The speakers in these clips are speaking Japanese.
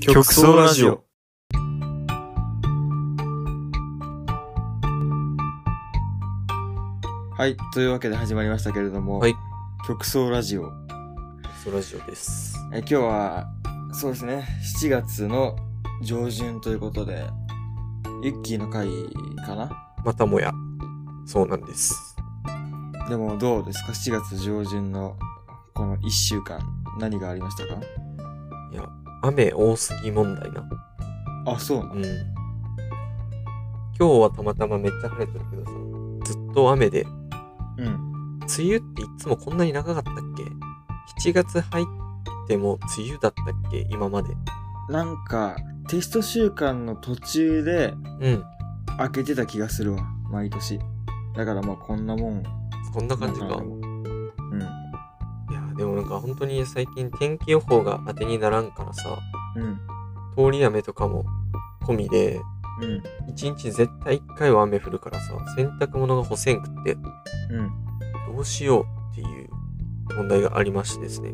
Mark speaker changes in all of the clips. Speaker 1: 極
Speaker 2: 総ラジオ。
Speaker 1: はい、というわけで始まりましたけれども、
Speaker 2: はい
Speaker 1: 極総ラジオ。
Speaker 2: ソラジオです。
Speaker 1: え今日は、そうですね、7月の上旬ということで、ユッキーの回かな
Speaker 2: またもや、そうなんです。
Speaker 1: でもどうですか ?7 月上旬のこの1週間、何がありましたか
Speaker 2: いや、雨多すぎ問題な。
Speaker 1: あ、そうなの
Speaker 2: うん。今日はたまたまめっちゃ晴れてるけどさ、ずっと雨で、
Speaker 1: うん。
Speaker 2: 梅雨っていつもこんなに長かったっけ ?7 月入っても梅雨だったっけ今まで。
Speaker 1: なんか、テスト週間の途中で
Speaker 2: うん。
Speaker 1: 開けてた気がするわ、毎年。だからまあこんなもん。
Speaker 2: こんな感じか。
Speaker 1: うん。
Speaker 2: いや、でもなんか本当に最近天気予報が当てにならんからさ、
Speaker 1: うん。
Speaker 2: 通り雨とかも込みで、
Speaker 1: うん。
Speaker 2: 一日絶対一回は雨降るからさ、洗濯物が干せんくって、
Speaker 1: うん。
Speaker 2: どうしようっていう問題がありましてですね。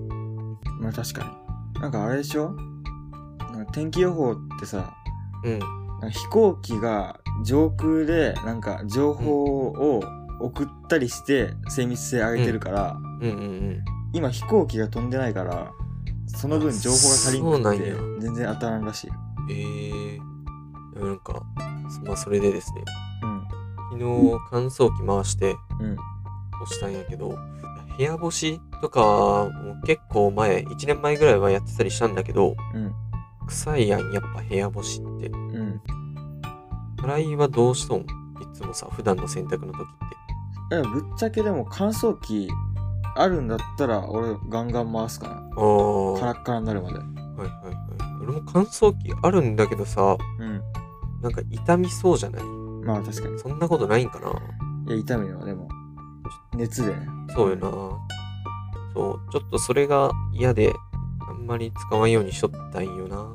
Speaker 1: まあ確かに。なんかあれでしょなんか天気予報ってさ、
Speaker 2: うん。
Speaker 1: なんか飛行機が上空でなんか情報を送ったりして精密性上げてるから、
Speaker 2: うんうんうん。
Speaker 1: 今飛行機が飛んでないから、その分情報が足り
Speaker 2: そうなん
Speaker 1: んく
Speaker 2: や
Speaker 1: て全然当たらんらしい。
Speaker 2: ええでもなんか、そまあそれでですね、
Speaker 1: う
Speaker 2: 昨
Speaker 1: ん。
Speaker 2: 日乾燥機回して
Speaker 1: うん。
Speaker 2: 干したんやけど、部屋干しとかも結構前、1年前ぐらいはやってたりしたんだけど、
Speaker 1: うん。
Speaker 2: 臭いやん、やっぱ部屋干しって。
Speaker 1: うん。
Speaker 2: 洗いはどうしとんいつもさ、普段の洗濯の時って。
Speaker 1: え、ぶっちゃけでも乾燥機あるんだったら俺ガンガン回すかな。
Speaker 2: ああ。
Speaker 1: カラッカラになるまで。
Speaker 2: はいはいはい。俺も乾燥機あるんだけどさ、
Speaker 1: う
Speaker 2: なんか痛みそうじゃない
Speaker 1: ん。まあ確かに。
Speaker 2: そんなことないんかない
Speaker 1: や、痛みはでも、熱でね。
Speaker 2: そうよな。そう、ちょっとそれが嫌で、あんまり使わんようにしとったんよな。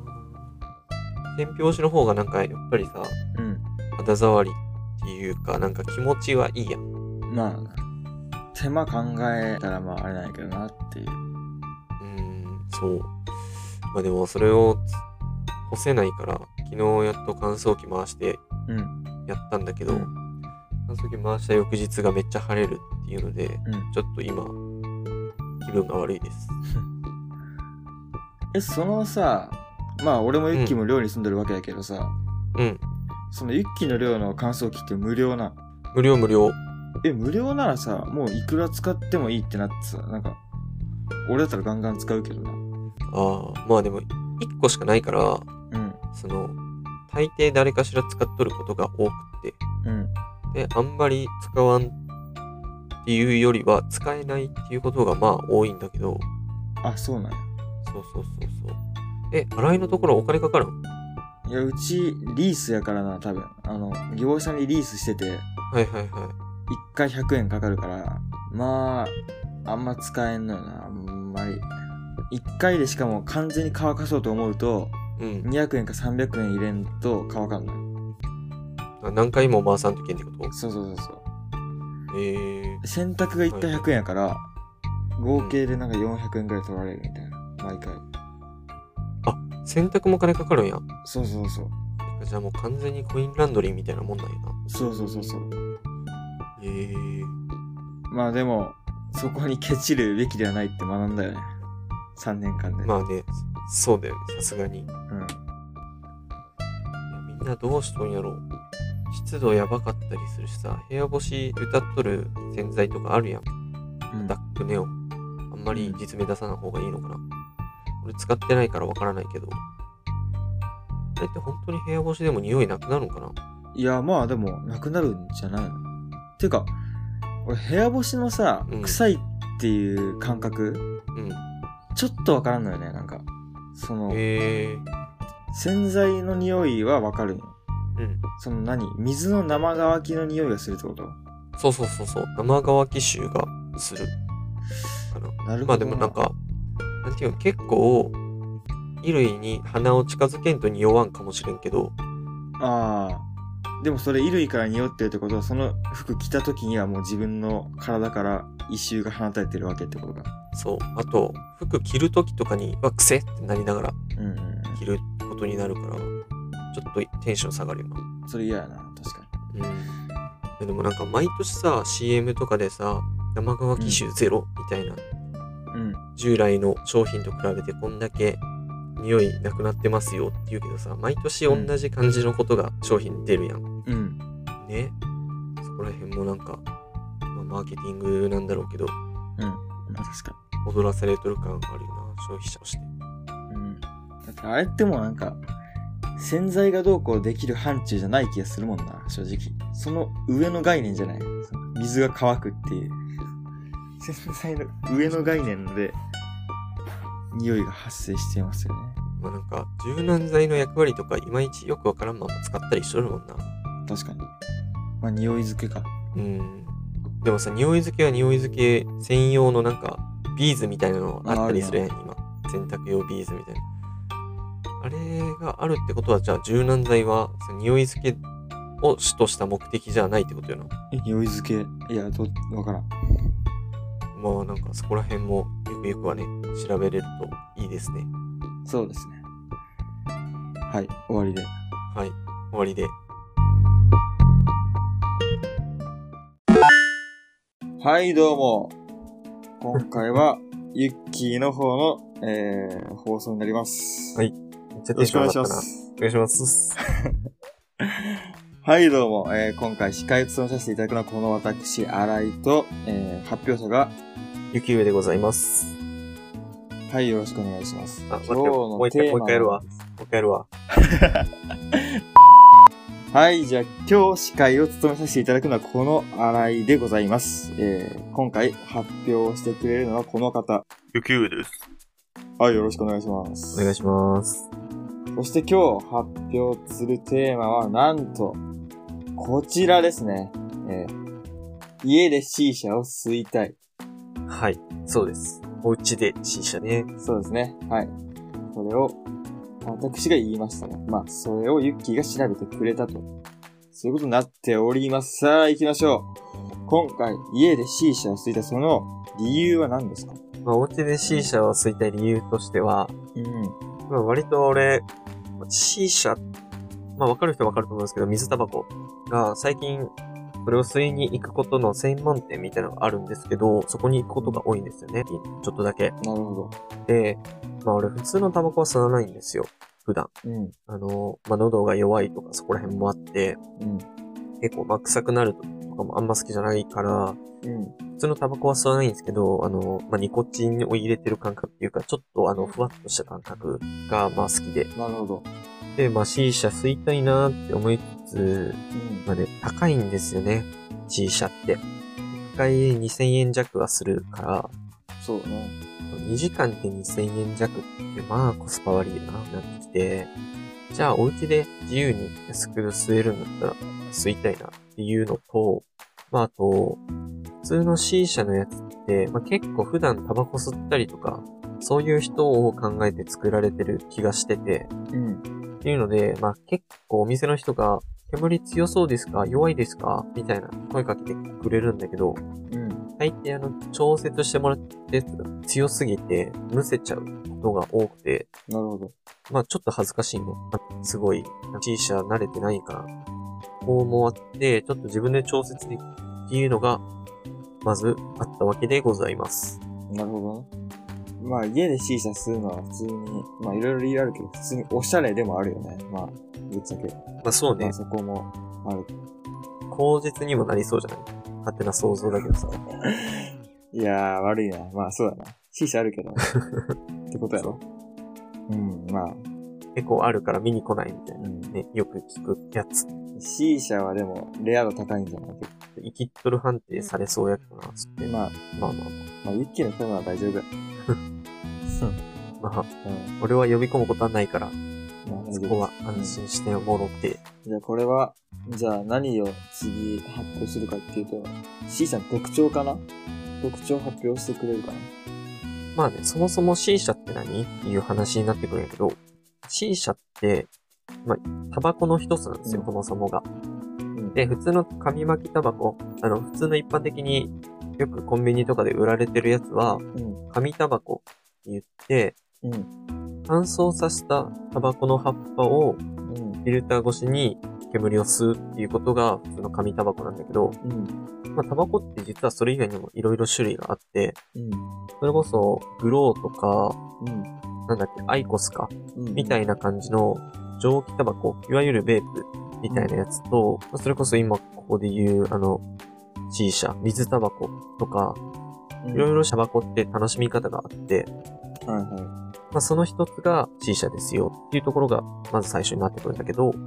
Speaker 2: 天日干しの方がなんかやっぱりさ、
Speaker 1: うん。
Speaker 2: 肌触りっていうか、なんか気持ちはいいやん。
Speaker 1: まあ、手間考えたらまああれないけどなっていう。
Speaker 2: うーん、そう。まあでもそれをつ干せないから、昨日やっと乾燥機回して
Speaker 1: うん、
Speaker 2: やったんだけど、
Speaker 1: うん
Speaker 2: 乾燥機回した翌日がめっちゃ晴れるっていうので、
Speaker 1: うん。
Speaker 2: ちょっと今、気分が悪いです。
Speaker 1: え、そのさ、まあ俺もユッキーも寮に住んでるわけやけどさ、
Speaker 2: うん。
Speaker 1: そのユッキーの寮の乾燥機って無料な。
Speaker 2: 無料無料。
Speaker 1: え、無料ならさ、もういくら使ってもいいってなってさ、なんか、俺だったらガンガン使うけどな。う
Speaker 2: ああ、まあでも、1個しかないから、
Speaker 1: ん、
Speaker 2: その、大抵誰かしら使っとることが多くて、
Speaker 1: うん、
Speaker 2: で、あんまり使わんっていうよりは、使えないっていうことがまあ多いんだけど、
Speaker 1: あ、そうなんや。
Speaker 2: そうそうそうそう。え、洗いのところお金かかるん
Speaker 1: いや、うち、リースやからな、多分。あの、業者にリースしてて、
Speaker 2: はいはいはい。
Speaker 1: 1回100円かかるから、まあ、あんま使えんのよな、あんまり。1回でしかも完全に乾かそうと思うと、
Speaker 2: うん。
Speaker 1: 200円か300円入れんと乾かんのよ。
Speaker 2: 何回も回さんといけんってこと
Speaker 1: そうそうそうそ
Speaker 2: ええ
Speaker 1: う。洗濯が1回100円やから、合計でなんか400円ぐらい取られるみたいな。毎回。
Speaker 2: 洗濯も金かかるんや。
Speaker 1: そうそうそう。
Speaker 2: じゃあもう完全にコインランドリーみたいなもんなんやな。
Speaker 1: そうそうそうそう。
Speaker 2: ええ
Speaker 1: まあでも、そこにケチるべきではないって学んだよね。3年間で。
Speaker 2: まあね、そうだよね、さすがに。いや
Speaker 1: うん。
Speaker 2: みんなどうしとんやろう。湿度やばかったりするしさ、部屋干し歌っとる洗剤とかあるやん。
Speaker 1: うん
Speaker 2: ダックネオン。あんまり実名出さない方がいいのかな。俺使ってないからわからないけど。あれって本当に部屋干しでも匂いなくなるのかない
Speaker 1: や、まあでも、なくなるんじゃないのてか、俺、部屋干しのさ
Speaker 2: う、ん
Speaker 1: 臭いっていう感覚、
Speaker 2: うん。
Speaker 1: ちょっとわからんのよね、なんか。その、
Speaker 2: ええ
Speaker 1: 洗剤の匂いはわかるの。
Speaker 2: うん。
Speaker 1: その何水の生乾きの匂いがするってこと
Speaker 2: そうそうそうそう。生乾き臭がする。かな。
Speaker 1: なる
Speaker 2: ま
Speaker 1: ほ
Speaker 2: あ
Speaker 1: ど。
Speaker 2: でもなん。か、なんていうの、結構、衣類に鼻を近づけんと匂わんかもしれんけど、
Speaker 1: あでもそれ衣類から匂ってるってことはその服着た時にはもう自分の体から異臭が放たれてるわけってことか
Speaker 2: そう。あと、服着るときとかに、うわ、癖ってなりながら
Speaker 1: うんうんうん
Speaker 2: 着ることになるから、ちょっとテンション下がるよな。
Speaker 1: それ嫌やな確か
Speaker 2: うんいや。でもなんか毎年さ、CM とかでさ、山川機種ゼロみたいな、
Speaker 1: にうん
Speaker 2: 従来の商品と比べてこんだけ匂いなくなってますよって言うけどさ、毎年同じ感じのことが商品に出るやん。
Speaker 1: うん
Speaker 2: ね。そこら辺もなんか、まあ、マーケティングなんだろうけど、
Speaker 1: まあ確か
Speaker 2: 踊らされとる感があるよな、消費者として。
Speaker 1: にうんだってあれってもうなんか洗剤がどうこうできる範疇じゃない気がするもんな正直その上の概念じゃないその水が乾くっていう洗剤の上の概念で匂いが発生していますよね
Speaker 2: まあなんか、柔軟剤の役割とかいまいちよくわからんまま使ったりしとるもんな。
Speaker 1: 確かにまあ匂い付けか
Speaker 2: うん。でもさ、匂い付けは匂い付け専用のなんか、ビーズみたいなのあったりするやん、今。洗濯用ビーズみたいな。あれがあるってことは、じゃあ柔軟剤は、その匂い付けを主とした目的じゃないってことよな。
Speaker 1: え匂い付けいやどわからん
Speaker 2: まあなんかそこら辺もゆくゆくはね、調べれるといいですね。
Speaker 1: そうですねはい終わりで
Speaker 2: はい、終わりで。
Speaker 1: はい、どうも。今回は、ユッキーの方の、えー、放送になります。
Speaker 2: はい
Speaker 1: よ
Speaker 2: めっちゃテ
Speaker 1: ろ
Speaker 2: ン
Speaker 1: し
Speaker 2: シ
Speaker 1: くお
Speaker 2: ョン
Speaker 1: 願
Speaker 2: 上
Speaker 1: い
Speaker 2: が
Speaker 1: しま
Speaker 2: ったな。
Speaker 1: す。
Speaker 2: お願いし ます。
Speaker 1: はい、どうも。えー、今回司会を務めさせていただくのは、この私、新井と、えー、発表者が、
Speaker 2: ゆきうえでございます。
Speaker 1: はい、よろしくお願いします。
Speaker 2: あ、待って
Speaker 1: 今日
Speaker 2: よ。もう
Speaker 1: の
Speaker 2: 一回、
Speaker 1: テー
Speaker 2: もう一
Speaker 1: マ
Speaker 2: 回やるわ。もう一回やるわ。
Speaker 1: はい、じゃあ今日司会を務めさせていただくのはこの新井でございます。えー、今回発表してくれるのはこの方。
Speaker 2: ゆきうえです。
Speaker 1: はい、よろしくお願いします。
Speaker 2: お願いします。
Speaker 1: そして今日発表するテーマは、なんと、こちらですね。えー家で C 社を吸いたい。
Speaker 2: はい、そうです。お家で C 社ね。
Speaker 1: そうですね。はい。それを、私が言いましたね。まあ、それをユッキーが調べてくれたと。そういうことになっております。さあ、行きましょう。今回、家で C 社を吸いたい、その理由は何ですか
Speaker 2: まあ、お家で C 社を吸いたい理由としては、
Speaker 1: うん。
Speaker 2: まあ、割と俺、まあ C 社、まあ、わかる人はわかると思うんですけど、水タバコが最近、それを吸いに行くことの専門店みたいなのがあるんですけど、そこに行くことが多いんですよね。ちょっとだけ。
Speaker 1: なるほど。
Speaker 2: で、まあ俺普通のタバコは吸わないんですよ。普段。
Speaker 1: うん。
Speaker 2: あの、まあ喉が弱いとかそこら辺もあって、
Speaker 1: うん。
Speaker 2: 結構、まあ、臭くなるとかもあんま好きじゃないから、
Speaker 1: うん。
Speaker 2: 普通のタバコは吸わないんですけど、あの、まあ、ニコチンを入れてる感覚っていうか、ちょっとあの、ふわっとした感覚が、まあ、好きで。
Speaker 1: なるほど。
Speaker 2: で、まあ、C 社吸いたいなって思いつつ、
Speaker 1: うん。
Speaker 2: まあね、高いんですよね。C 社って。1回2000円弱はするから、
Speaker 1: そうね。
Speaker 2: 2時間で2000円弱って、まあ、コスパ悪いな、なってきて、じゃあ、お家で自由に安く吸えるんだったら、吸いたいなっていうのと、まあ、あと、普通の C 社のやつって、まあ、結構普段タバコ吸ったりとか、そういう人を考えて作られてる気がしてて、
Speaker 1: うん。
Speaker 2: っていうので、まあ、結構お店の人が、煙強そうですか弱いですかみたいな声かけてくれるんだけど、
Speaker 1: うん。
Speaker 2: 大抵あの、調節してもらったやつが強すぎて、むせちゃうことが多くて、
Speaker 1: なるほど。
Speaker 2: まあちょっと恥ずかしいの。すごい、T 社慣れてないから、こう思って、ちょっと自分で調節できるっていうのが、まずあったわけでございます。
Speaker 1: なるほどね。まあ、家で C 社するのは普通に、まあ、いろいろ理由あるけど、普通におしゃれでもあるよね。まあ、ぶっちゃけ。
Speaker 2: まあそう
Speaker 1: ま
Speaker 2: ね
Speaker 1: あ、、そこもある。
Speaker 2: 口実にもなりそうじゃない勝手な想像だけどさ。
Speaker 1: いやー、悪いな。まあ、そうだな。C 社あるけどね。ってことやろ。うん、まあ、
Speaker 2: 結構あるから見に来ないみたいうな。
Speaker 1: ん。
Speaker 2: ね、よく聞くやつ。
Speaker 1: C 社はでも、レア度高いんじゃないけ
Speaker 2: 生きっとる判定されそうやけどな、つって。
Speaker 1: ど。
Speaker 2: ま
Speaker 1: まあ、
Speaker 2: あまあ
Speaker 1: まあ、ユッキーの声は大丈夫だ。
Speaker 2: まあ。まあ、
Speaker 1: うん。
Speaker 2: 俺は呼び込むことはないから、
Speaker 1: まあ、大
Speaker 2: そ
Speaker 1: 丈
Speaker 2: こ
Speaker 1: 夫。
Speaker 2: は安心してもろって。
Speaker 1: じゃあ、これは、じゃあ何を次発表するかっていうと、C 社の特徴かな特徴発表してくれるかな
Speaker 2: まあね、そもそも C 社って何っていう話になってくるんやけど、C 社って、まあ、タバコの一つなんですよ、
Speaker 1: うん
Speaker 2: そもそもが。で、普通の紙巻きタバコ、あの、普通の一般的によくコンビニとかで売られてるやつは、
Speaker 1: うん。
Speaker 2: 紙タバコって言って、
Speaker 1: うん。
Speaker 2: 乾燥させたタバコの葉っぱを
Speaker 1: うん。
Speaker 2: フィルター越しに煙を吸うっていうことが普通の紙タバコなんだけど、
Speaker 1: うん。
Speaker 2: まあタバコって実はそれ以外にもいろいろ種類があって、
Speaker 1: うん。
Speaker 2: それこそグローとか、
Speaker 1: うん。
Speaker 2: なんだっけ、アイコスか、
Speaker 1: うん。
Speaker 2: みたいな感じの蒸気タバコ、いわゆるベープみたいなやつと、まあそれこそ今ここで言うあの、C 社、水タバコとか、
Speaker 1: うん。
Speaker 2: いろいろシャバコって楽しみ方があって、
Speaker 1: はいは
Speaker 2: まあ、その一つが C 社ですよっていうところが、まず最初になってくるんだけど、
Speaker 1: うん
Speaker 2: ま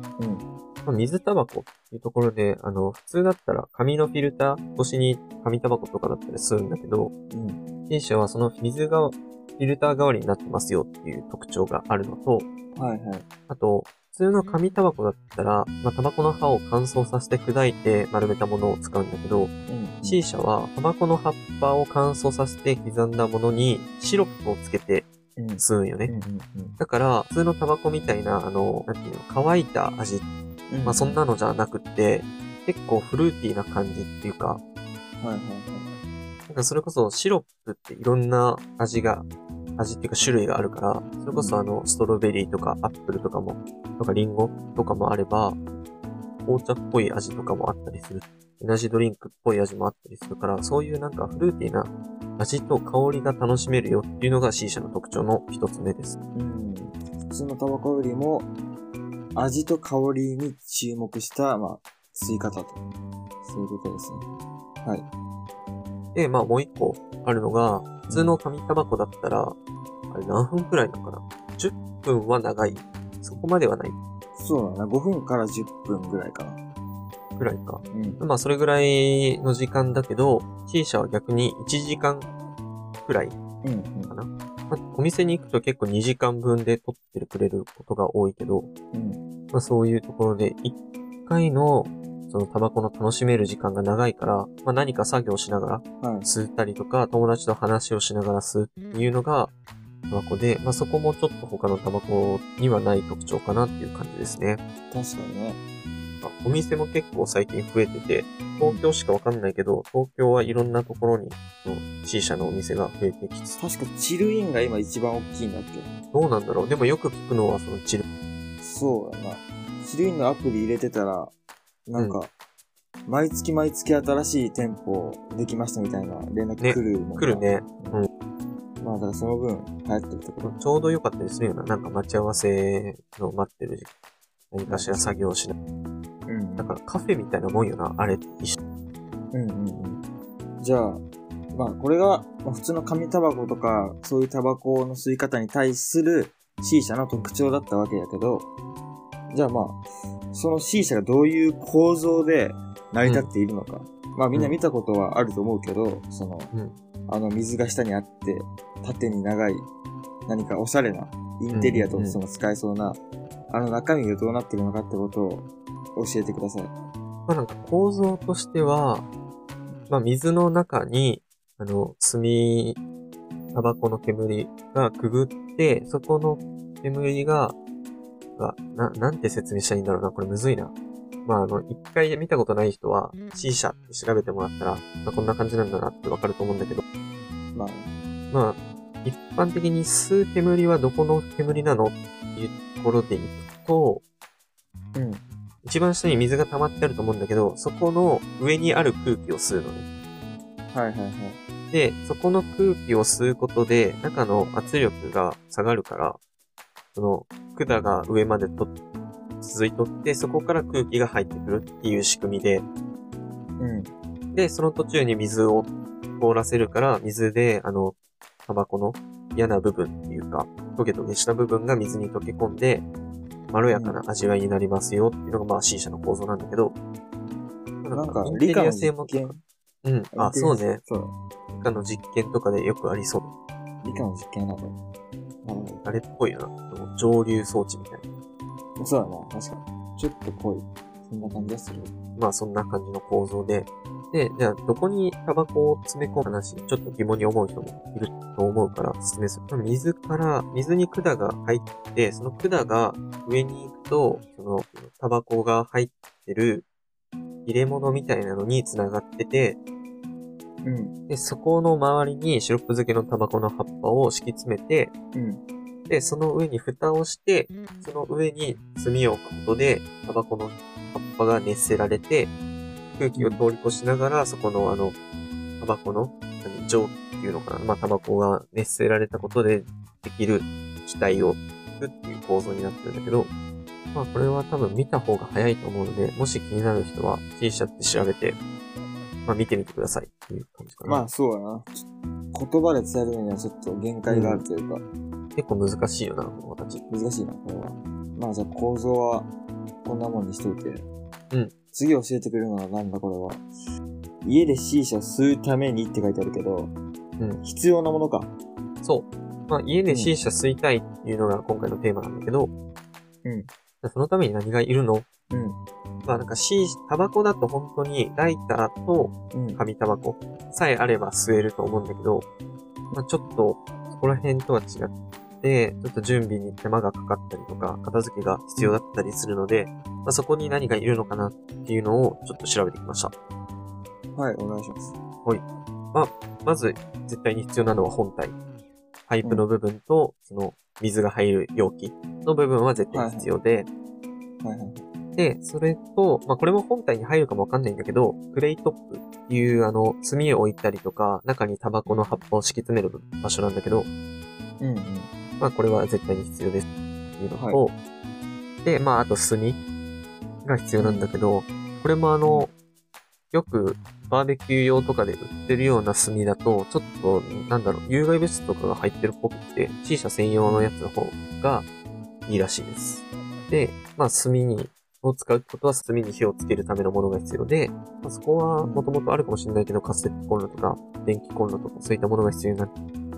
Speaker 2: あ、水タバコっていうところで、あの、普通だったら紙のフィルター越しに紙タバコとかだったりするんだけど、
Speaker 1: い。うん。
Speaker 2: C 社はその水が、フィルター代わりになってますよっていう特徴があるのと、
Speaker 1: はいはい。
Speaker 2: あと、普通の紙タバコだったら、まあ、タバコの葉を乾燥させて砕いて丸めたものを使うんだけど、
Speaker 1: うん。
Speaker 2: C 社はタバコの葉っぱを乾燥させて刻んだものにシロップをつけて
Speaker 1: うん。うん。
Speaker 2: 吸うんよね。だから、普通のタバコみたいな、あの、なんていうの、乾いた味、
Speaker 1: うん。
Speaker 2: まあそん
Speaker 1: な。
Speaker 2: なのじゃなくって、結構フルーティーな感じっていうか、
Speaker 1: はいはい
Speaker 2: なんかそれこそシロップっていろんな味が、味っていうか種類があるから、それこそあの、ストロベリーとかアップルとかも、とかリンゴとかもあれば、紅茶っぽい味とかもあったりする。エナジードリンクっぽい味もあったりするから、そういうなんかフルーティーな味と香りが楽しめるよっていうのが C 社の特徴の一つ目です。
Speaker 1: はい。うん。普通のタバコよりも、味と香りに注目した、まあ、吸い方と。そういうことですね。
Speaker 2: で、まあもう一個あるのが、普通の紙タバコだったら、あれ何分くらいなのかな ?10 分は長い。そこまではない
Speaker 1: そうだな。5分から10分ぐらいかな。
Speaker 2: くらいか。
Speaker 1: うん。
Speaker 2: まあそれぐらいの時間だけど、C 社は逆に1時間くらい。
Speaker 1: うん。
Speaker 2: まあお店に行くと結構2時間分で取ってくれることが多いけど、
Speaker 1: うん。
Speaker 2: まあそういうところで、1回のそのタバコの楽しめる時間が長いから、まあ何か作業しながら、
Speaker 1: うん。はい。
Speaker 2: 吸ったりとか、友達と話をしながら吸うっていうのが、タバコで、まあ、そこもちょっと他のタバコにはない特徴かなっていう感じですね。
Speaker 1: 確かにね。
Speaker 2: まあお店も結構最近増えてて、東京しかわかんないけど、東京はいろんなところに、C 社のお店が増えてきつつ、
Speaker 1: 確かチルインが今一番大きいんだっ
Speaker 2: どうなんだろうでもよく聞くのは、そのチル、
Speaker 1: けそうだな。チルインのアプリ入れてたら、なんか、毎月毎月新しい店舗できましたみたいな連絡
Speaker 2: ね
Speaker 1: 来るもんな
Speaker 2: 来る。ね。
Speaker 1: まあだからその分流行ってるってこと
Speaker 2: ちょうど良かったりするような、なんか待ち合わせの待ってる時間。何かしら作業をしな
Speaker 1: うん
Speaker 2: だからカフェみたいなもんよな、あれ、一緒。
Speaker 1: うんうんうん。じゃあ、まあこれがまあ普通の紙タバコとか、そういうタバコの吸い方に対する C 社の特徴だったわけだけど、じゃあまあ、その C 社がどういう構造で成り立っているのか。まあみんな見たことはあると思うけど、その、
Speaker 2: うん
Speaker 1: あの水が下にあって、縦に長い、何かおしゃれなインテリアとしても使えそうな、あの中身がどうなってるのかってことを教えてください。
Speaker 2: まあなんか構造としては、まあ水の中に、あの、炭、タバコの煙がくぐって、そこの煙が、がな、なんて説明したらいいんだろうな。これむずいな。まああの、一回見たことない人は C 社って調べてもらったら、まあ、こんな感じなんだなってわかると思うんだけど、
Speaker 1: まあ、
Speaker 2: まあ、一般的に吸う煙はどこの煙なのっていうところでいくと、
Speaker 1: うん。
Speaker 2: 一番下に水が溜まってあると思うんだけど、そこの上にある空気を吸うのね。
Speaker 1: はいはいはい。
Speaker 2: で、そこの空気を吸うことで、中の圧力が下がるから、その、管が上までと、続いとって、そこから空気が入ってくるっていう仕組みで、
Speaker 1: うん。
Speaker 2: で、その途中に水を凍らせるから、水で、あの、タバコの嫌な部分っていうか、トゲトゲした部分が水に溶け込んで、まろやかな味わいになりますよっていうのが、まあ C 社の構造なんだけど、
Speaker 1: なんか
Speaker 2: イ、ンテ
Speaker 1: 理
Speaker 2: リ
Speaker 1: 科の
Speaker 2: ア性
Speaker 1: 実
Speaker 2: も、
Speaker 1: 験。
Speaker 2: うん、あ、そうね。。
Speaker 1: そう。
Speaker 2: 理科の実験とかでよくありそう。
Speaker 1: 理科の実験なんだよ。なるほ
Speaker 2: あれっぽいよな。蒸留装置みたいな。
Speaker 1: ど。そうだな、確かに。ちょっと濃い。そんな感じがする。
Speaker 2: まあそんな感じの構造で。で、じゃあどこにタバコを詰め込む話、ちょっと疑問に思う人もいると思うから説明する。まあ水から、水に管が入って、その管が上に行くと、そのタバコが入ってる入れ物みたいなのに繋がってて、
Speaker 1: うん。
Speaker 2: で、そこの周りにシロップ漬けのタバコの葉っぱを敷き詰めて、
Speaker 1: うん。
Speaker 2: で、その上に蓋をして、その上に炭を置くことで、タバコの葉っぱが熱せられて、空気を通り越しながら、そこのあの、タバコの何蒸気っていうのかな、まあ、タバコが熱せられたことでできる気体を作るっていう構造になってるんだけど、まあこれは多分見た方が早いと思うので、もし気になる人は T シャツで調べて、まあ見てみてくださいっていう感じかな。
Speaker 1: まあ、そうやな。ちょっと言葉で伝えるにはちょっと限界があるというか、
Speaker 2: 結構難しいよな、この形。
Speaker 1: 難しいな、これは。まあ、じゃあ構造はこんなもんにしといて。
Speaker 2: うん。
Speaker 1: 次教えてくれるのはなんだこれは。家で C 社吸うためにって書いてあるけど、
Speaker 2: うん
Speaker 1: 必要なものか。
Speaker 2: そう。まあ、家で C 社吸いたいっていうのが今回のテーマなんだけど、
Speaker 1: うん。
Speaker 2: そのために何がいるの
Speaker 1: うん。
Speaker 2: まあなんか C、タバコだと本当にライターと
Speaker 1: うん。
Speaker 2: 紙タバコさえあれば吸えると思うんだけど、まあちょっとそこら辺とは違って、ちょっと準備に手間がかかったりとか、片付けが必要だったりするので、まあそこに何がいるのかなっていうのをちょっと調べてきました。
Speaker 1: はい、お願いします。
Speaker 2: まず、絶対に必要なのは本体。パイプの部分と、その、水が入る容器の部分は絶対必要で、
Speaker 1: はいはい。
Speaker 2: で、それと、まあ、これも本体に入るかもわかんないんだけど、クレイトップっていう、あの、炭を置いたりとか、中にタバコの葉っぱを敷き詰める場所なんだけど、
Speaker 1: うんうん。
Speaker 2: まあ、これは絶対に必要ですっていうのと、で、まあ、あと炭が必要なんだけど、これもあの、よくバーベキュー用とかで売ってるような炭だと、ちょっと、なんだろう、有害物質とかが入ってるっぽくて、C 社専用のやつの方がいいらしいです。で、まあ、炭に、を使うってことは炭に火をつけるためのものが必要で、まあ、そこはもともとあるかもしれないけど、カセットコンロとか、電気コンロとか、そういったものが必要になっ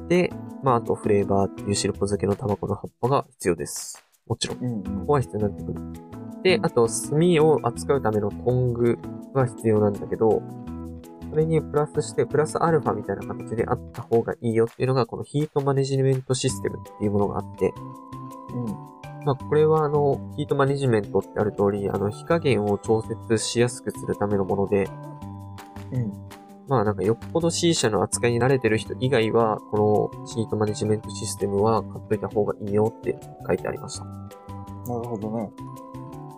Speaker 2: て、まあ、あとフレーバーっていうシロップ漬けのタバコの葉っぱが必要です。もちろん。
Speaker 1: うんうん
Speaker 2: ここ。は必要になってくる。で、あと、炭を扱うためのトングが必要なんだけど、それにプラスして、プラスアルファみたいな形であった方がいいよっていうのが、このヒートマネジメントシステムっていうものがあって、
Speaker 1: うん。
Speaker 2: まあ、これはあの、ヒートマネジメントってある通り、あの、火加減を調節しやすくするためのもので、
Speaker 1: うん。
Speaker 2: まあなんかよっぽど C 社の扱いに慣れてる人以外は、このヒートマネジメントシステムは買っといた方がいいよって書いてありました。
Speaker 1: なるほどね。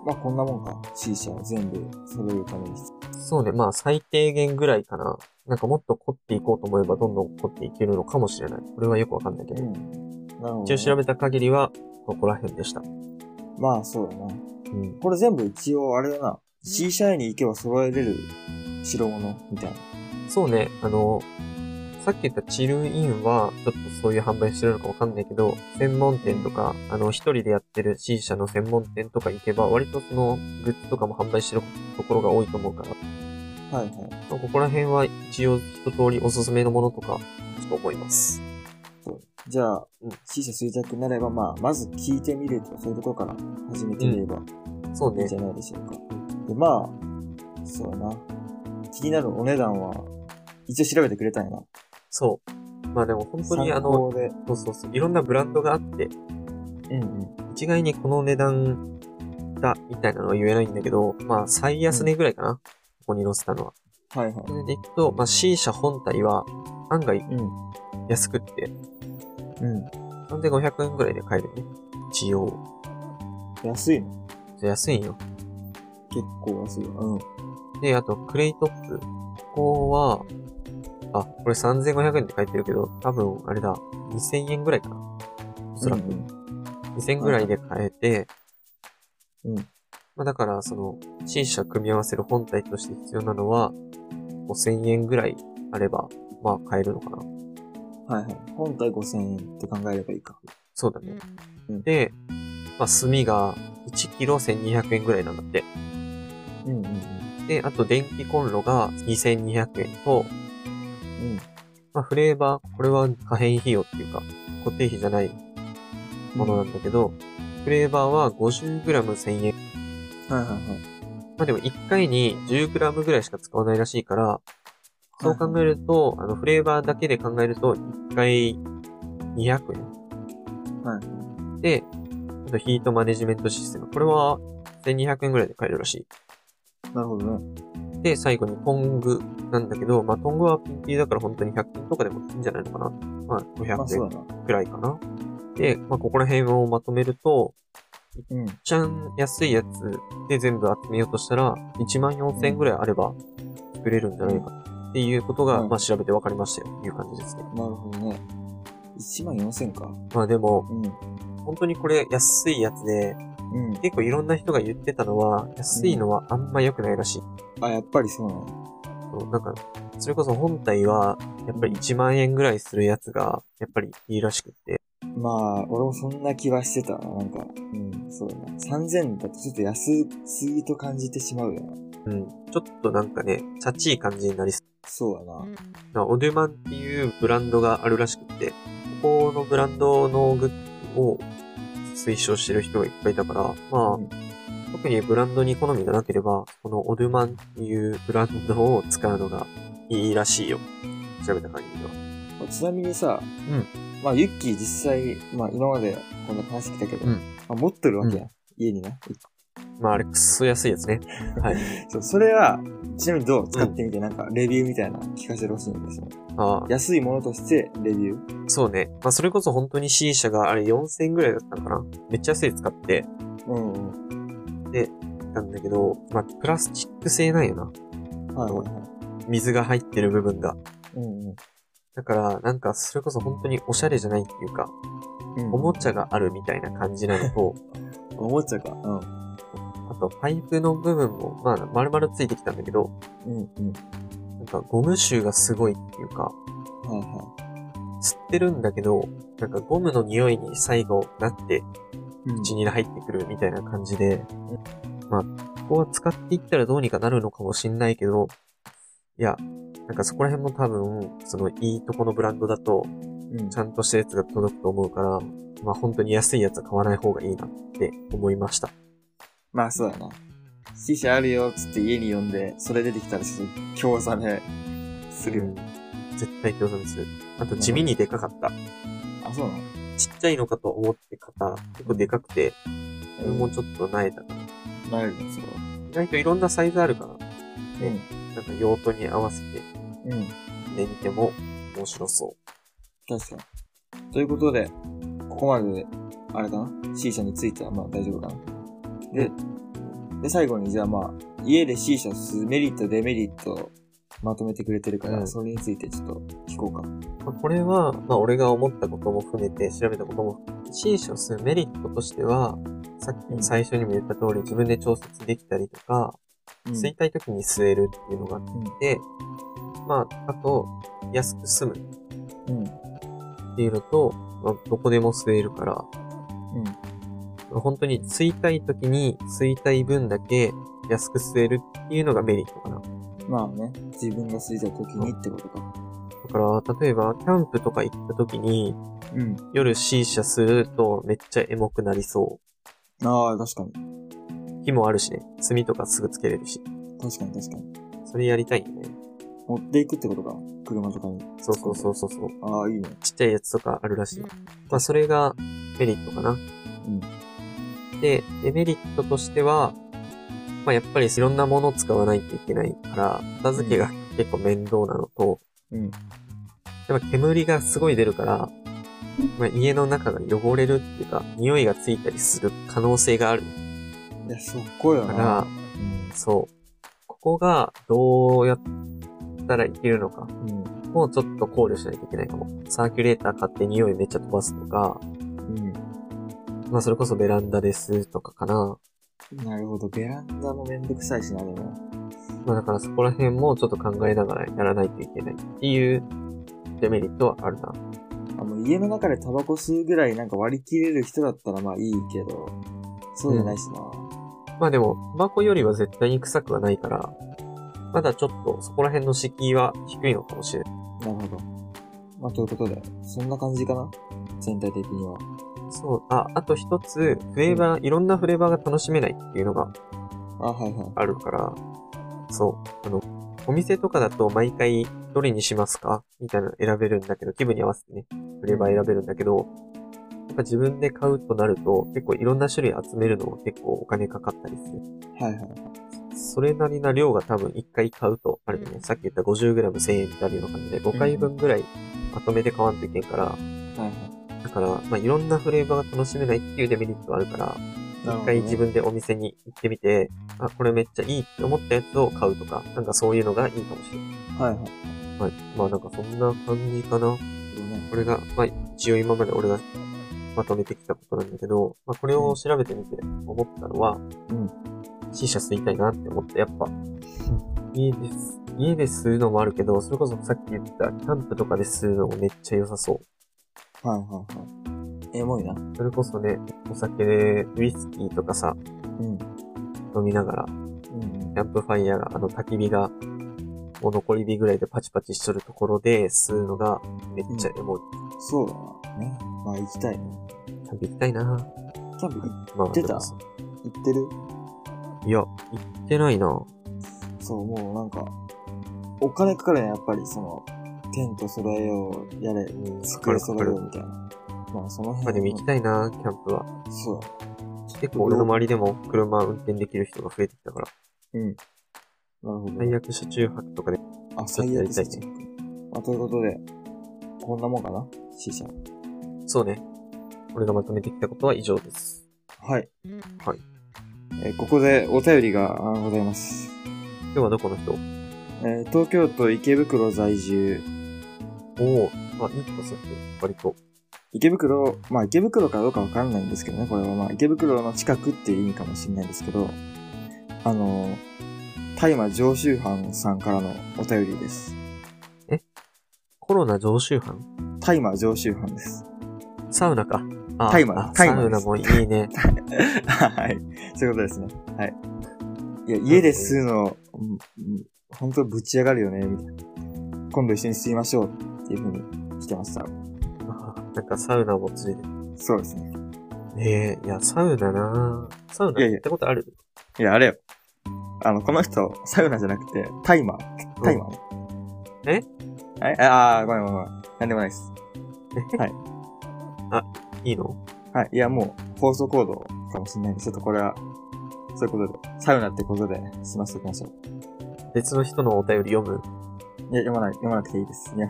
Speaker 1: まあ、こんなもんか。C 社は全部揃えるために必
Speaker 2: そうね、まあ最低限ぐらいかな。なんかもっと凝っていこうと思えばどんどん凝っていけるのかもしれない。これはよくわかんないけ
Speaker 1: 要。
Speaker 2: ど。
Speaker 1: うん。なるほど、
Speaker 2: 一応調べた限りは、ここら辺でした。
Speaker 1: まあ、そうだな。
Speaker 2: うん。
Speaker 1: これ全部一応、あれだな。C 社に行けば揃えれる代物みたいな。
Speaker 2: そうね、あの、さっき言ったチルインは、ちょっとそういう販売してるのかわかんないけど、専門店とか、あの、一人でやってる C 社の専門店とか行けば、割とその、グッズとかも販売してるところが多いと思うから、
Speaker 1: はいはい。
Speaker 2: まあここら辺は一応一通りおすすめのものとか、ちょっと思います。
Speaker 1: じゃあ
Speaker 2: うん、
Speaker 1: C 社吸いたくなれば、まあ、まず聞いてみるとか、そういうところから始めてみれば
Speaker 2: そう
Speaker 1: いい
Speaker 2: ね
Speaker 1: んじ。ゃないでしょうか。で、まあ、そうだな。気になるお値段は、一応調べてくれたんやな。
Speaker 2: そう。まあでも本当にあ
Speaker 1: 参
Speaker 2: の、
Speaker 1: 考で。
Speaker 2: そうそうそう。いろんなブランドがあって、
Speaker 1: うんうん。
Speaker 2: 一概にこの値段だ、みたいなのは言えないんだけど、まあ、最安値ぐらいかな。ここに載せたのは。
Speaker 1: はいはい
Speaker 2: そ。れでいくと、まあ、C 社本体は案外
Speaker 1: うん。
Speaker 2: 安くって、
Speaker 1: うん。
Speaker 2: 3500円ぐらいで買えるね。一応。
Speaker 1: 安いの
Speaker 2: 安いんよ。
Speaker 1: 結構安いよ。
Speaker 2: で、あと、クレイトップ。ここは、あ、これ3500円って書いてるけど、多分、あれだ、2000円ぐらいかな。お
Speaker 1: うん。
Speaker 2: そらく。
Speaker 1: うんうん
Speaker 2: 2000ぐらいで買えて、
Speaker 1: うん
Speaker 2: まあだから、その、C 社組み合わせる本体として必要なのは、5000円ぐらいあれば、まあ買えるのかな。
Speaker 1: はいはい。本体5000円って考えればいいか。
Speaker 2: そうだね。
Speaker 1: うん
Speaker 2: で、まあ炭が1キロ1200円ぐらいなんだって。
Speaker 1: うんうん
Speaker 2: で、あと電気コンロが2200円と、
Speaker 1: うん。
Speaker 2: まあフレーバー、これは可変費用っていうか、固定費じゃないものなんだけど、フレーバーは 50g1000 円
Speaker 1: はいはいはい。
Speaker 2: まあでも1回に 10g ぐらいしか使わないらしいから、そう考えると、あの、フレーバーだけで考えると、1回200円。
Speaker 1: はい。
Speaker 2: で、あとヒートマネジメントシステム。これは1200円ぐらいで買えるらしい。
Speaker 1: うなるほどね。
Speaker 2: で、最後にトングなんだけど、まあ、トングはピンキリだから本当に100均とかでもいいんじゃないのかな。まあ、
Speaker 1: まあ
Speaker 2: 500
Speaker 1: そう
Speaker 2: 円
Speaker 1: だな。
Speaker 2: くらいかな。で、まあ、ここら辺をまとめると、
Speaker 1: う
Speaker 2: め
Speaker 1: ん。
Speaker 2: っちゃ安いやつで全部集めようとしたら、1万4000円ぐらいあれば作れるんじゃないかっていうことが、
Speaker 1: うん
Speaker 2: まあ調べて分かりましたよっていう感じですね。
Speaker 1: なるほどね。1万4000か。
Speaker 2: まあでも、
Speaker 1: うん。
Speaker 2: 本当にこれ安いやつで、
Speaker 1: うん。
Speaker 2: 結構いろんな人が言ってたのは、安いのはあんま良くないらしい。
Speaker 1: あ、やっぱりそうなの。
Speaker 2: そうなんか、それこそ本体は、やっぱり1万円ぐらいするやつが、やっぱりいいらしくって。
Speaker 1: まあ、俺もそんな気はしてたな。なんか、うん、そうだな。3000だとちょっと安すぎと感じてしまうよな。
Speaker 2: うん。ちょっとなんかね、チャチい感じになりそう
Speaker 1: そうだな。
Speaker 2: まあオデュマンっていうブランドがあるらしくて、ここのブランドのグッズを推奨してる人がいっぱいいたから、ま
Speaker 1: うん
Speaker 2: あ、特にブランドに好みがなければ、このオデュマンっていうブランドを使うのがいいらしいよ。調べた限りは。
Speaker 1: まあちなみにさ、
Speaker 2: う
Speaker 1: まあ、ユッキー実際、まあ、今までこんな話来たけど、
Speaker 2: うん
Speaker 1: まあ、持ってるわけや、ん。家にな。
Speaker 2: まあ、あれ、くっそ安いやつね。
Speaker 1: そう、それは、ちなみにどう使ってみて、なんか、レビューみたいなの聞かせてほしいんですよ。
Speaker 2: ああ、
Speaker 1: 安いものとして、レビュー。
Speaker 2: そうね。まあ、それこそ本当に C 社があれ4000円ぐらいだったのかな。めっちゃ安い使って
Speaker 1: うんうん。
Speaker 2: たんだけど、まあ、プラスチック製なんよな。
Speaker 1: はいはいはい。
Speaker 2: 水が入ってる部分が。
Speaker 1: うんうん。
Speaker 2: だから、なんか、それこそ本当におしゃれじゃないっていうか、
Speaker 1: うん
Speaker 2: おもちゃがあるみたいな感じなのと、
Speaker 1: おもちゃか。う
Speaker 2: あと、パイプの部分も、まあ、丸々ついてきたんだけど、
Speaker 1: ん。うんうん。
Speaker 2: なんか、ゴム臭がすごいっていうか、
Speaker 1: はいは
Speaker 2: 吸ってるんだけど、なんか、ゴムの匂いに最後なって、
Speaker 1: い。う
Speaker 2: 口に入ってくるみたいな感じで、まあ、ここは使っていったらどうにかなるのかもしんないけど、いや、なんかそこら辺も多分、その、いいとこのブランドだと、
Speaker 1: うん
Speaker 2: ちゃんとしたやつが届くと思うから、まあ本当に安いやつは買わない方がいいなって思いました。
Speaker 1: まあそうだな。死者あるよ、つって家に呼んで、それ出てきたらちょっと興ざめするよ。
Speaker 2: 絶対共存する。あと地味にでかかった。
Speaker 1: あ、そうなの
Speaker 2: ちっちゃいのかと思って方、結構でかくて、これもちょっと苗だから。
Speaker 1: なれるのそれは。
Speaker 2: 意外といろんなサイズあるから、
Speaker 1: うん。
Speaker 2: なんか用途に合わせて、
Speaker 1: うん。
Speaker 2: で見ても面白そ
Speaker 1: 確かに。ということで、ここまでで、あれかな ?C 社についてはまあ大丈夫かなで、で、最後にじゃあまあ、家で C 社すメリット、デメリット、まとめてくれてるから、
Speaker 2: うん
Speaker 1: それについてちょっと聞こうか。
Speaker 2: う。まあ、これは、まあ俺が思ったことも含めて調べたことも、C 社をするメリットとしては、さっき最初にも言った通り自分で調節できたりとか、吸いたい時に吸えるっていうのがあって、まあ、あと、安く済むっ
Speaker 1: うん。うん。
Speaker 2: ていうのと、まあ、どこでも吸えるから、まあ本当に吸いたい時に吸いたい分だけ安く吸えるっていうのがメリットかな。
Speaker 1: うん。まあね、自分が吸いた時にってことか。
Speaker 2: だから、例えば、キャンプとか行った時に、
Speaker 1: うん。
Speaker 2: 夜 C 社吸うとめっちゃエモくなりそ
Speaker 1: ああ、確かに。
Speaker 2: う。火もあるしね、炭とかすぐつけれるし。
Speaker 1: 確かに確かに。
Speaker 2: それやりたいよね。
Speaker 1: 持っていくってことか。車とかに。
Speaker 2: そうそうそうそうそう。
Speaker 1: ああ、いいね。
Speaker 2: ちっちゃいやつとかあるらしい。まあ、それがメリットかな。で、デメリットとしては、まあ、やっぱりいろんなものを使わないといけないから、片付けが結構面倒なのと、
Speaker 1: うん。
Speaker 2: やっぱ煙がすごい出るから、まあ、家の中が汚れるっていうか、匂いがついたりする可能性がある
Speaker 1: いや、そこよ
Speaker 2: か
Speaker 1: な。
Speaker 2: ら、そう。ここがどうやったらいけるのか、
Speaker 1: うん。
Speaker 2: もうちょっと考慮しないといけないかも。サーキュレーター買って匂いめっちゃ飛ばすとか、
Speaker 1: うん。
Speaker 2: まあそれこそベランダですとかかな。
Speaker 1: なるほど。ベランダもめんどくさいしな、でも。
Speaker 2: まあだからそこら辺もちょっと考えながらやらないといけないっていうデメリットはあるな。
Speaker 1: あの、家の中でタバコ吸うぐらいなんか割り切れる人だったらまあいいけど、そうじゃないしな。
Speaker 2: まあでも、タバコよりは絶対に臭くはないから、まだちょっとそこら辺の敷居は低いのかもしれない。
Speaker 1: なるほど。まあ、ということで、そんな感じかな全体的には。
Speaker 2: そう、あ、あと一つ、フレーバー、いろんなフレーバーが楽しめないっていうのが
Speaker 1: あ、はいはい。
Speaker 2: あるから、そう、あの、お店とかだと毎回どれにしますかみたいなの選べるんだけど、気分に合わせてね、フレーバー選べるんだけど、やっぱ自分で買うとなると、結構いろんな種類集めるのも結構お金かかったりする。
Speaker 1: はいはい。
Speaker 2: それなりな量が多分1回買うと、あれだね、さっき言った 50g1000 円になるような感じで、5回分ぐらいまとめて買わんといけんから、
Speaker 1: はい
Speaker 2: だから、まあ、いろんなフレーバーが楽しめないっていうデメリットはあるから、
Speaker 1: はい。
Speaker 2: 一回自分でお店に行ってみて、あ、これめっちゃいいって思ったやつを買うとか、なんかそういうのがいいかもしれな
Speaker 1: はいはい。
Speaker 2: い。はい。まあなんかそんな感じかな。これが、まあ一応今まで俺がまとめてきたことなんだけど、まあこれを調べてみて思ったのは、
Speaker 1: うん。
Speaker 2: C 社吸いたいなって思った。やっぱ、家です。家で吸うのもあるけど、それこそさっき言ったキャンプとかで吸うのもめっちゃ良さそう。
Speaker 1: はいはいはい。エモいな。
Speaker 2: それこそね、お酒でウイスキーとかさ、
Speaker 1: うん。
Speaker 2: 飲みながら
Speaker 1: うん。
Speaker 2: キャンプファイヤーが、あの、焚き火が、もう残り火ぐらいでパチパチしとるところで吸うのがめっちゃエモい。
Speaker 1: そうだな。ね。まあ行きたいね。
Speaker 2: キャンプ行きたいな
Speaker 1: キャンプ行
Speaker 2: まあ、
Speaker 1: ってた
Speaker 2: でも
Speaker 1: 行ってる
Speaker 2: いや、行ってないな
Speaker 1: そう、もうなんか、お金かかるね、やっぱり、その、テント揃えよう、やれ、
Speaker 2: ん
Speaker 1: 机揃えよ
Speaker 2: かか
Speaker 1: うみたいな。まあその辺
Speaker 2: まあでも行きたいなキャンプは。
Speaker 1: そうだ。
Speaker 2: 結構俺の周りでも車運転できる人が増えてきたから、
Speaker 1: うん。なるほど。
Speaker 2: 最悪車中泊とかで、ちょ
Speaker 1: あ、
Speaker 2: っと
Speaker 1: 最
Speaker 2: や
Speaker 1: 悪
Speaker 2: りたいね
Speaker 1: ですまあ、ということで、こんなもんかな ?C 社。
Speaker 2: そうね。俺がまとめてきたことは以上です。
Speaker 1: はい。
Speaker 2: はい。
Speaker 1: えーここでお便りがあございます。
Speaker 2: 今日はどこの人
Speaker 1: えー東京都池袋在住。
Speaker 2: おお、まあいい子さんって、割と。
Speaker 1: 池袋、まあ池袋かどうかわかんないんですけどね、これはまあ池袋の近くっていう意味かもしれないですけど、あのー、大麻常習犯さんからのお便りです。
Speaker 2: コロナ常習犯
Speaker 1: 大麻常習犯です。
Speaker 2: サウナか。あ
Speaker 1: タイマー
Speaker 2: あ
Speaker 1: タイ
Speaker 2: サ
Speaker 1: マー
Speaker 2: ウ
Speaker 1: で
Speaker 2: ナ
Speaker 1: す
Speaker 2: もいいね。
Speaker 1: はい。そういうことですね。はい。いや、家で吸うの、本当ぶち上がるよね、みたいな。今度一緒に吸いましょうっていうふうに来てました。
Speaker 2: あ なんかサウナもついて
Speaker 1: そうですね。
Speaker 2: ねえ、いや、サウナなぁサウナ
Speaker 1: いやいや
Speaker 2: 行ったことある
Speaker 1: いや、あれよ。あの、この人、サウナじゃなくて、タイマー。タイマー、
Speaker 2: え
Speaker 1: えああー、ごめんごめんごめん。なんでもないです。
Speaker 2: いいの
Speaker 1: はい。いや、もう、放送コードかもしれないんで、ちょっとこれは、そういうことで、サウナってことで、済ませておきましょう。
Speaker 2: 別の人のお便り読む
Speaker 1: いや、読まない、読まなくていいです。いや、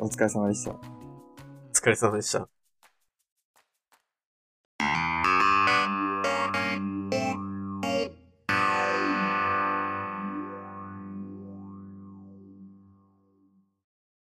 Speaker 1: お疲れ様でした。
Speaker 2: お疲れ様でした。